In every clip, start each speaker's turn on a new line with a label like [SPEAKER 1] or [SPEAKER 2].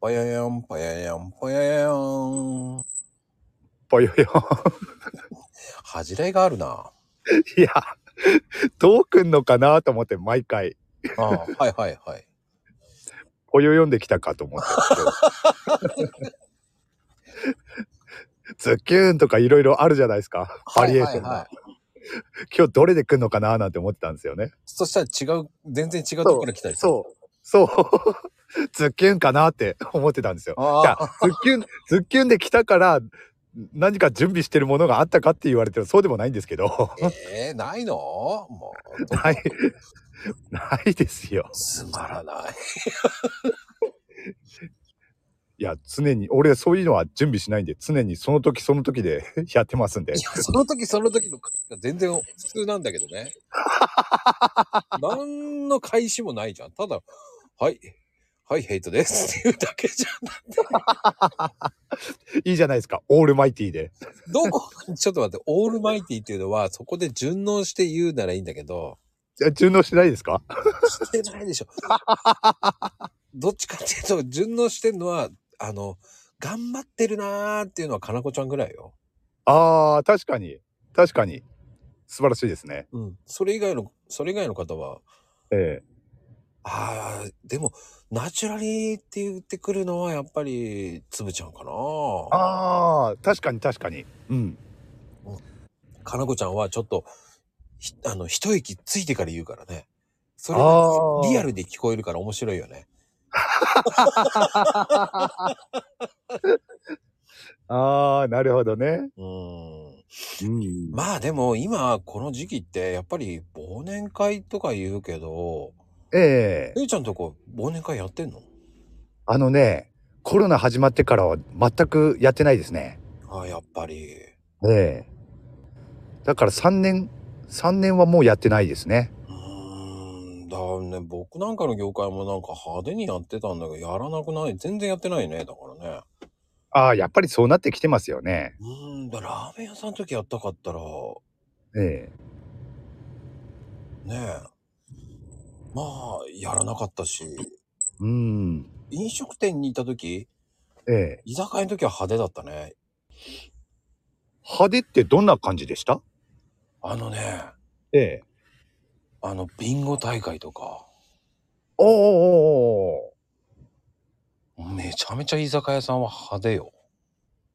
[SPEAKER 1] ぽよよん、ぽよよん、ぽよよん。
[SPEAKER 2] ぽよよ
[SPEAKER 1] 恥じらいがあるな。
[SPEAKER 2] ん。いや、どうくんのかなと思って毎回、
[SPEAKER 1] ああ、はいはいはい。
[SPEAKER 2] ぽよよんできたかと思って。 ズッキューンとかいろいろあるじゃないですか。バリエーションが。
[SPEAKER 1] はいはいはい
[SPEAKER 2] 今日どれでくんのかななんて思ってたんですよね。
[SPEAKER 1] そしたら違う、全然違うところから来たりう。
[SPEAKER 2] そう。 そう。ズッキューンかなって思ってたんですよ。いや
[SPEAKER 1] ああ、、
[SPEAKER 2] ズッキュン、ズッキュンで来たから、何か準備してるものがあったかって言われてるそうでもないんですけど。
[SPEAKER 1] えー、ないのもう、
[SPEAKER 2] ない。ないですよ。
[SPEAKER 1] つまら ない。
[SPEAKER 2] いや、常に、俺そういうのは準備しないんで、常にその時その時で やってますんで
[SPEAKER 1] い。や、その時その時の回が全然普通なんだけどね。何の返しもないじゃん。ただ、はい、はい、ヘイトですっていうだけじゃん。
[SPEAKER 2] いいじゃないですか。オールマイティーで。
[SPEAKER 1] どこ、ちょっと待って、オールマイティっていうのは、そこで順応して言うならいいんだけど、
[SPEAKER 2] いや順応してないですか
[SPEAKER 1] してないでしょ。 どっちかっていうと、順応してるのは、あの、頑張ってるなーっていうのは、かなこちゃんぐらいよ。
[SPEAKER 2] ああ、確かに。確かに。素晴らしいですね。
[SPEAKER 1] うん。それ以外の、それ以外の方は、
[SPEAKER 2] ええ
[SPEAKER 1] ああ、でも、ナチュラリーって言ってくるのは、やっぱり、つぶちゃんかな。
[SPEAKER 2] ああ、確かに確かに。うん。
[SPEAKER 1] かなこちゃんは、ちょっと、ひあの、一息ついてから言うからね。それ
[SPEAKER 2] あ
[SPEAKER 1] が
[SPEAKER 2] ー
[SPEAKER 1] リアルで聞こえるから面白いよね。
[SPEAKER 2] ああ、なるほどね。
[SPEAKER 1] うーん。
[SPEAKER 2] うん。
[SPEAKER 1] まあでも、今、この時期って、やっぱり、忘年会とか言うけど、
[SPEAKER 2] ええ
[SPEAKER 1] ゆうちゃんとこ、忘年会やってんの
[SPEAKER 2] あのね、コロナ始まってからは全くやってないですね。
[SPEAKER 1] ああ、やっぱり。
[SPEAKER 2] ええだから3年、3年はもうやってないですね。
[SPEAKER 1] うーん。だね、僕なんかの業界もなんか派手にやってたんだけど、やらなくない。全然やってないね。だからね。
[SPEAKER 2] ああ、やっぱりそうなってきてますよね。
[SPEAKER 1] うーんだラーメン屋さんの時やったかったらね
[SPEAKER 2] ええ
[SPEAKER 1] えまあやらなかったし
[SPEAKER 2] うん。
[SPEAKER 1] 飲食店にいた時
[SPEAKER 2] ええ
[SPEAKER 1] 居酒屋の時は派手だったね
[SPEAKER 2] 派手ってどんな感じでした
[SPEAKER 1] あのね
[SPEAKER 2] ええ
[SPEAKER 1] あのビンゴ大会とか
[SPEAKER 2] おーお
[SPEAKER 1] めちゃめちゃ居酒屋さんは派手よ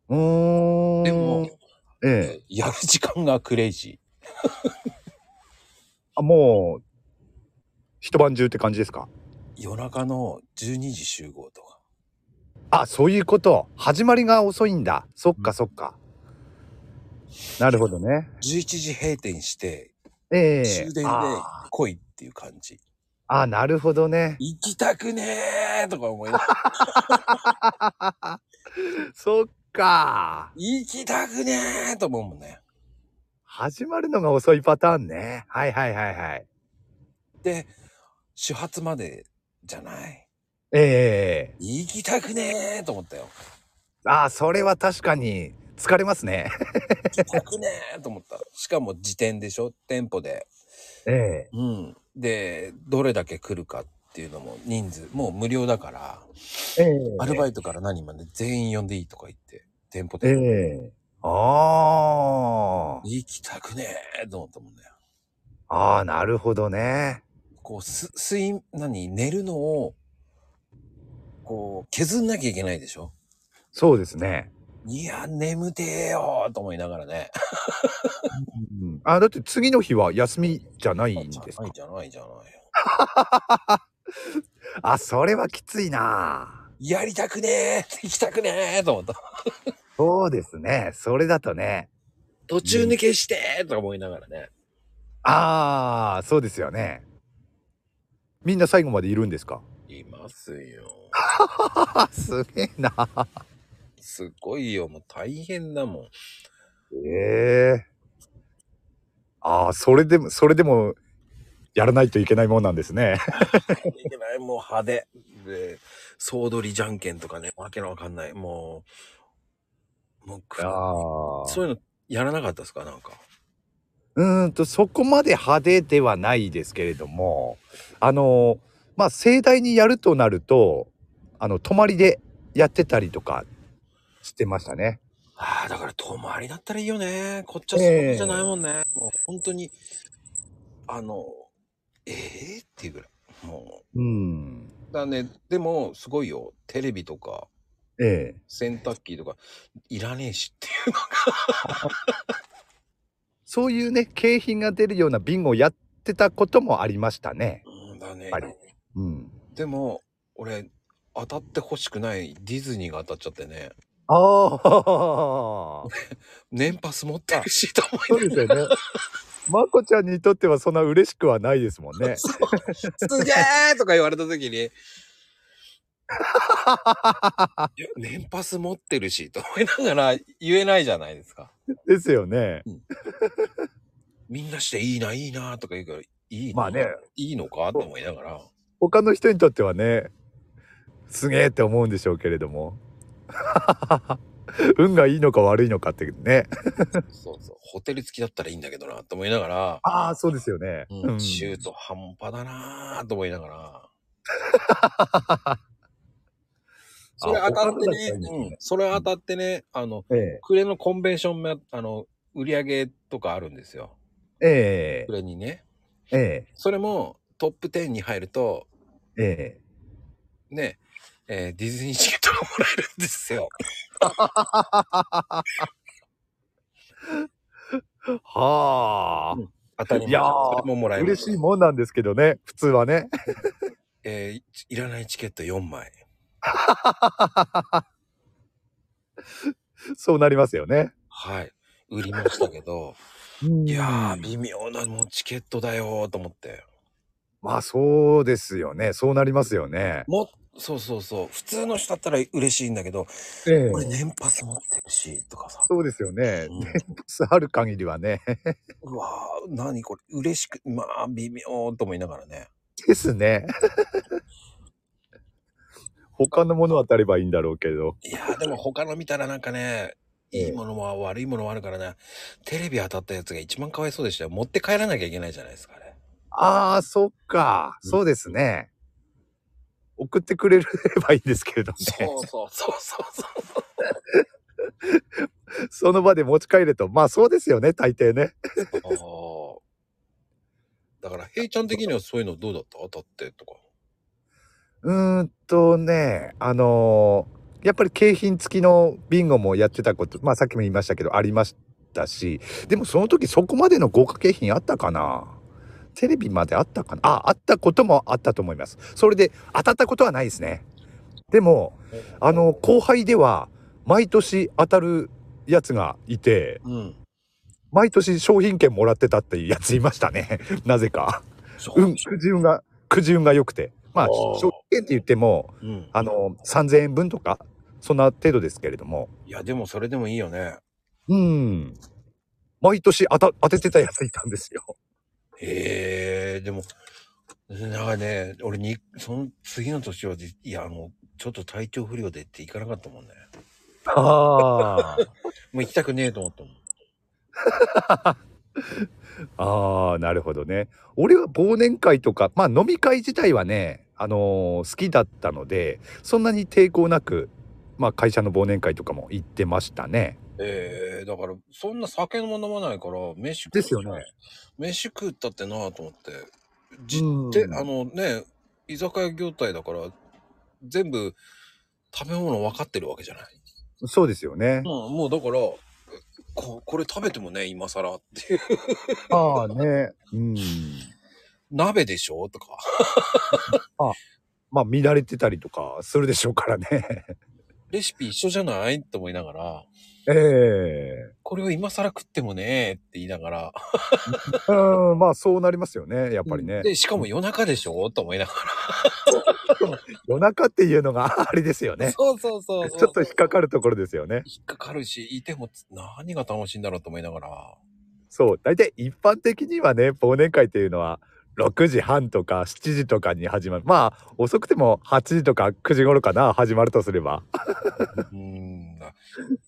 [SPEAKER 2] ーおーおーうーん。
[SPEAKER 1] でも、
[SPEAKER 2] ええ
[SPEAKER 1] やる時間がクレイジ
[SPEAKER 2] あ、もう、一晩中って感じですか
[SPEAKER 1] ー夜中の12時集合とか
[SPEAKER 2] あ、そういうこと。始まりが遅いんだ。そっかそっか。なるほどね。
[SPEAKER 1] 11時閉店して
[SPEAKER 2] ええ
[SPEAKER 1] 終電で
[SPEAKER 2] あ
[SPEAKER 1] 来いっていう感じ
[SPEAKER 2] ああ、なるほどね。
[SPEAKER 1] 行きたくねーとか思いながら
[SPEAKER 2] そっか。
[SPEAKER 1] 行きたくねーと思うもんね
[SPEAKER 2] 始まるのが遅いパターンね。はいはいはいはい。
[SPEAKER 1] で始発までじゃない
[SPEAKER 2] ええ
[SPEAKER 1] 行きたくねえと思ったよ
[SPEAKER 2] ああ、それは確かに疲れますね。
[SPEAKER 1] 行きたくねえと思ったしかも時点でしょ店舗で
[SPEAKER 2] ええ
[SPEAKER 1] うんでどれだけ来るかっていうのも人数もう無料だから、
[SPEAKER 2] ええ
[SPEAKER 1] アルバイトから何まで全員呼んでいいとか言って店舗
[SPEAKER 2] え
[SPEAKER 1] で、
[SPEAKER 2] えあ
[SPEAKER 1] 行きたくねえと思ったもんね
[SPEAKER 2] あ。ああ、なるほどね。
[SPEAKER 1] こうす睡何寝るのをこう削んなきゃいけないでしょ
[SPEAKER 2] そうですね。
[SPEAKER 1] いや眠てえよと思いながらね
[SPEAKER 2] うん、あだって次の日は休みじゃないんですか
[SPEAKER 1] じゃないじゃないじゃない
[SPEAKER 2] あ、それはきついな。
[SPEAKER 1] やりたくねえ行きたくねえと思った。
[SPEAKER 2] そうですね。それだとね。
[SPEAKER 1] 途中抜けしてとか思いながらね。
[SPEAKER 2] ああ、そうですよね。みんな最後までいるんですか
[SPEAKER 1] いますよ。
[SPEAKER 2] あ、すげえな。
[SPEAKER 1] すごいよ。もう大変だもん。
[SPEAKER 2] ええああ、それでも、それでも、やらないといけないもんなんです ね。
[SPEAKER 1] いけない。もう派手。で、総取りじゃんけんとかね。わけのわかんない。もう、もうく、
[SPEAKER 2] あ
[SPEAKER 1] そういうのやらなかったですかなんか。
[SPEAKER 2] うーんと、そこまで派手ではないですけれども、あの、まあ、盛大にやるとなると、あの、泊まりでやってたりとかしてましたね。
[SPEAKER 1] ああ、だから遠回りだったらいいよね。こっちはそういうことじゃないもんね。もう本当に、あの、ええー、っていうぐらい。も
[SPEAKER 2] うん。
[SPEAKER 1] う。だね、でもすごいよ。テレビとか、
[SPEAKER 2] ええ。
[SPEAKER 1] 洗濯機とか、いらねえしっていう。
[SPEAKER 2] そういうね、景品が出るようなビンゴをやってたこともありましたね。
[SPEAKER 1] うんだね。
[SPEAKER 2] やっぱりうん。
[SPEAKER 1] でも、俺、当たってほしくないディズニーが当たっちゃってね。
[SPEAKER 2] ああ。
[SPEAKER 1] 年パス持ってるしと思いな
[SPEAKER 2] そ
[SPEAKER 1] がら
[SPEAKER 2] うですよね。 まこちゃんにとってはそんな嬉しくはないですも んね。
[SPEAKER 1] すげーとか言われた 時に、いや年パス持ってるし、と思いながら言えないじゃないですか。
[SPEAKER 2] ですよね。
[SPEAKER 1] みんなしていいな、いいな、とか言うから、いいの
[SPEAKER 2] まあね
[SPEAKER 1] いいのかと思いながら。
[SPEAKER 2] 他の人にとってはね、すげえって思うんでしょうけれども。 運がいいのか悪いのかってね。
[SPEAKER 1] そうそう。ホテル付きだったらいいんだけどな、と思いながら、
[SPEAKER 2] ああ、そうですよね。
[SPEAKER 1] う
[SPEAKER 2] うん
[SPEAKER 1] ん、シュート半端だなーと思いなが ら。それ当たってね、
[SPEAKER 2] 他のだったらいいんですね
[SPEAKER 1] うん、それ当たってね、あの、
[SPEAKER 2] ええ。
[SPEAKER 1] 暮れのコンベンションも、あの、売り上げとかあるんですよ。
[SPEAKER 2] え
[SPEAKER 1] 暮れにね。
[SPEAKER 2] え。え
[SPEAKER 1] それもトップ10に入ると、
[SPEAKER 2] え。ええ。
[SPEAKER 1] ね、えーディズニーチケットがもらえるんですよ。
[SPEAKER 2] は
[SPEAKER 1] 当たり前。
[SPEAKER 2] いやー
[SPEAKER 1] それもも
[SPEAKER 2] あ。
[SPEAKER 1] らえま
[SPEAKER 2] 嬉
[SPEAKER 1] す
[SPEAKER 2] しいもんなんですけどね。普通はね。
[SPEAKER 1] えーいいらないチケット4枚。
[SPEAKER 2] そうなりますよね。
[SPEAKER 1] はい。売りましたけ ど、いやー、微妙なもうチケットだよーと思って。
[SPEAKER 2] まあそうですよね。そうなりますよね。
[SPEAKER 1] もそうそうそう。普通の人だったら嬉しいんだけど、
[SPEAKER 2] ええ
[SPEAKER 1] 俺年パス持ってるし、とかさ。
[SPEAKER 2] そうですよね。
[SPEAKER 1] うん
[SPEAKER 2] ある限りはね。
[SPEAKER 1] うわー、何これ、嬉しく、まあ、微妙と思いながらね。
[SPEAKER 2] です ね。他のものは当たればいいんだろうけど。
[SPEAKER 1] いやー、でも他の見たらなんかね、いいものも悪いものもあるからね、テレビ当たったやつが一番かわいそうでしたよ。持って帰らなきゃいけないじゃないですかね。
[SPEAKER 2] ああ、そっか。
[SPEAKER 1] うん
[SPEAKER 2] そうですね。送ってくれればいいんですけれどね。
[SPEAKER 1] そうそう そうそうそう。
[SPEAKER 2] その場で持ち帰ると。まあそうですよね、大抵ね。
[SPEAKER 1] あーだから、平ちゃん的にはそういうのどうだった当たってとか。
[SPEAKER 2] うーんとね、あのーやっぱり景品付きのビンゴもやってたこと、まあさっきも言いましたけど、ありましたし、でもその時そこまでの豪華景品あったかなテレビまであったかなあ、あったこともあったと思います。それで当たったことはないですね。でも、あの、後輩では毎年当たるやつがいて、
[SPEAKER 1] うん。
[SPEAKER 2] 毎年商品券もらってたっていうやついましたね。 なぜか。
[SPEAKER 1] そう
[SPEAKER 2] うん、くじ運が、くじ運が良くて。まあ、
[SPEAKER 1] あー
[SPEAKER 2] 商品券って言っても、
[SPEAKER 1] うん。
[SPEAKER 2] あの、3000円分とか、そんな程度ですけれども。
[SPEAKER 1] いや、でもそれでもいいよね。
[SPEAKER 2] うん。毎年当た、当ててたやついたんですよ。
[SPEAKER 1] へえ、でも、なんかね、俺に、その次の年はじ、いや、あの、ちょっと体調不良でって行かなかったもんね。
[SPEAKER 2] あ
[SPEAKER 1] もう行きたくねえと思ったもん。
[SPEAKER 2] あ。ああ、なるほどね。俺は忘年会とか、まあ飲み会自体はね、あのー好きだったので、そんなに抵抗なく、まあ会社の忘年会とかも行ってましたね。
[SPEAKER 1] ええだから、そんな酒も飲まないから、飯食
[SPEAKER 2] ですよね。
[SPEAKER 1] 飯食ったってなぁと思って。じ
[SPEAKER 2] うん
[SPEAKER 1] って、あのね、居酒屋業態だから、全部、食べ物分かってるわけじゃない。
[SPEAKER 2] そうですよね
[SPEAKER 1] うん。、もうだから、ここれ食べてもね、今更っていう。
[SPEAKER 2] ああね。うん。
[SPEAKER 1] 鍋でしょとか。
[SPEAKER 2] まあ見慣れてたりとかするでしょうからね。
[SPEAKER 1] レシピ一緒じゃないと思いながら、
[SPEAKER 2] ええ
[SPEAKER 1] これを今更食ってもねって言いながら。
[SPEAKER 2] うん、まあそうなりますよね、やっぱりね。
[SPEAKER 1] で、しかも夜中でしょと思いなが
[SPEAKER 2] 夜中っていうのがあれですよ
[SPEAKER 1] ら。
[SPEAKER 2] ね。
[SPEAKER 1] そうそうそうそう。
[SPEAKER 2] ちょっと引っかかるところですよね。
[SPEAKER 1] 引っかかるし、いてもつ何が楽しいんだろうと思いながら。
[SPEAKER 2] そう、大体一般的にはね、忘年会っていうのは、6時半とか7時とかに始まる。まあ、遅くても8時とか9時頃かな、始まるとすれば。
[SPEAKER 1] うーん。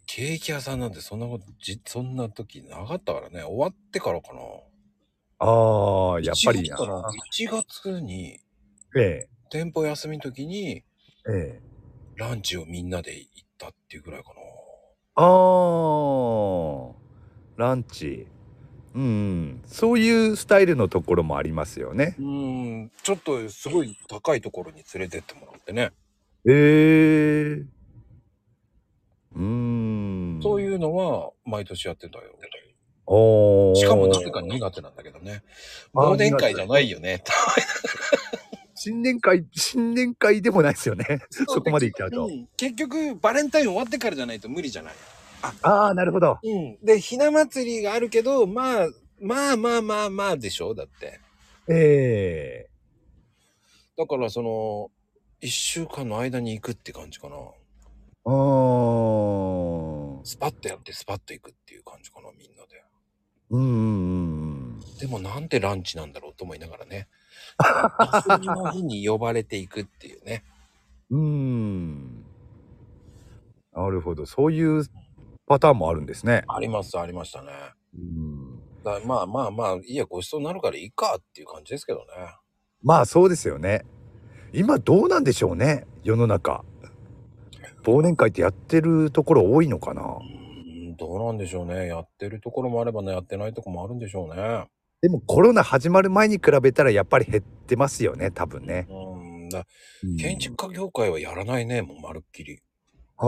[SPEAKER 1] ケーキ屋さんなんてそんなこと、じそんな時なかったからね。終わってからかな。
[SPEAKER 2] ああ、やっぱり
[SPEAKER 1] 1月かな1月に、
[SPEAKER 2] え
[SPEAKER 1] 店舗休みの時に、
[SPEAKER 2] え、ええ。
[SPEAKER 1] ランチをみんなで行ったっていうぐらいかな。
[SPEAKER 2] あーランチうんそういうスタイルのところもありますよね
[SPEAKER 1] うん、ちょっとすごい高いところに連れてってもらってね。
[SPEAKER 2] ええー、うーん
[SPEAKER 1] そういううのは毎年やってたよ。
[SPEAKER 2] おー
[SPEAKER 1] しかもなぜか苦手なんだけどね。
[SPEAKER 2] あー
[SPEAKER 1] 忘年会じゃないよね。
[SPEAKER 2] 新年会新年会でもないですよねそこまで行っちゃうと
[SPEAKER 1] ん結局、バレンタイン終わってからじゃないと無理じゃない。
[SPEAKER 2] ああなるほど
[SPEAKER 1] うん。で、ひな祭りがあるけど、まあ、まあまあまあまあでしょだって。
[SPEAKER 2] ええ
[SPEAKER 1] だから、その、一週間の間に行くって感じかな。
[SPEAKER 2] ー、あー
[SPEAKER 1] スパッとやって、スパッと行くっていう感じかな、みんなで。
[SPEAKER 2] うんうんうん
[SPEAKER 1] でも、なんてランチなんだろうと思いながらね。休みの日に呼ばれていくっていうね。
[SPEAKER 2] うんうんなるほどそういうパターンもあるんですね
[SPEAKER 1] あります、ありましたね。
[SPEAKER 2] うん
[SPEAKER 1] だまあまあまあ、いいや、ごちそうになるからいいかっていう感じですけどね。
[SPEAKER 2] まあそうですよね。今どうなんでしょうね世の中。忘年会ってやってるところ多いのかな
[SPEAKER 1] うん、どうなんでしょうね。やってるところもあればね、やってないところもあるんでしょうね。
[SPEAKER 2] でもコロナ始まる前に比べたらやっぱり減ってますよね多分ね。
[SPEAKER 1] うん、だ
[SPEAKER 2] うん
[SPEAKER 1] 建築家業界はやらないね、もうまるっきり。
[SPEAKER 2] ああ。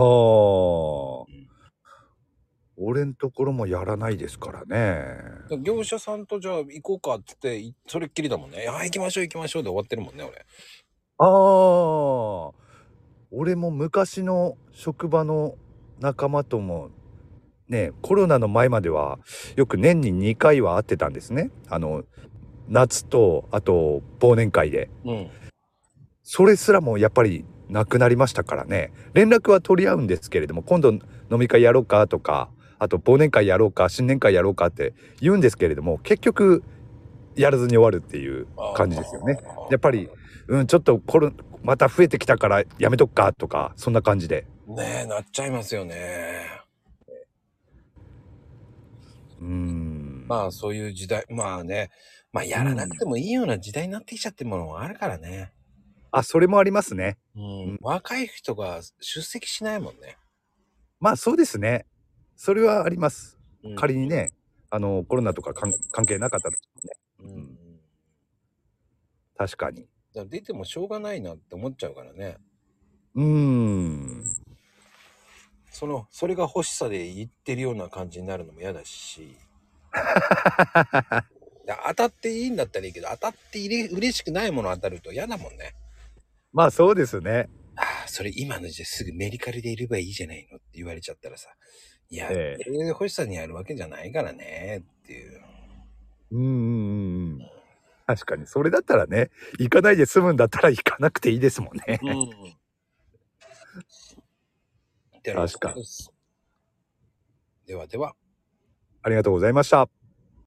[SPEAKER 2] 俺んところもやらないですからね。
[SPEAKER 1] だ業者さんとじゃあ行こうかって言って、それっきりだもんね。あ、行きましょう行きましょうで終わってるもんね、俺。
[SPEAKER 2] ああ。俺も昔の職場の仲間ともねコロナの前まではよく年に2回は会ってたんですね。あの夏とあと忘年会で。
[SPEAKER 1] うん。
[SPEAKER 2] それすらもやっぱりなくなりましたからね。連絡は取り合うんですけれども、今度飲み会やろうかとか、あと忘年会やろうか、新年会やろうかって言うんですけれども、結局やらずに終わるっていう感じですよね。
[SPEAKER 1] あー
[SPEAKER 2] やっぱり。うん、ちょっとコロ、また増えてきたからやめとくかとか、そんな感じで。
[SPEAKER 1] ねえ、なっちゃいますよね。
[SPEAKER 2] うーん。
[SPEAKER 1] まあそういう時代、まあね、まあやらなくてもいいような時代になってきちゃってるものもあるからね。
[SPEAKER 2] あ、それもありますね。
[SPEAKER 1] うん、若い人が出席しないもんね。
[SPEAKER 2] まあそうですね。それはあります。
[SPEAKER 1] うん
[SPEAKER 2] 仮にね、あの、コロナとか関関係なかったら、ね、
[SPEAKER 1] うん。
[SPEAKER 2] 確かに。
[SPEAKER 1] だから出てもしょうがないなって思っちゃうからね。
[SPEAKER 2] うーん。
[SPEAKER 1] その、それが欲しさで言ってるような感じになるのも嫌だし。だ当たっていいんだったらいいけど、当たっていれ嬉しくないもの当たると嫌だもんね。
[SPEAKER 2] まあそうですね。
[SPEAKER 1] ああ、それ今の時代すぐメリカルでいればいいじゃないのって言われちゃったらさ。いや、
[SPEAKER 2] ええ
[SPEAKER 1] それ欲しさにやるわけじゃないからねっていう。
[SPEAKER 2] うんうんうん。確かに。それだったらね、行かないで済むんだったら行かなくていいですもんね。
[SPEAKER 1] うん。では
[SPEAKER 2] 確か
[SPEAKER 1] ではでは。
[SPEAKER 2] ありがとうございました。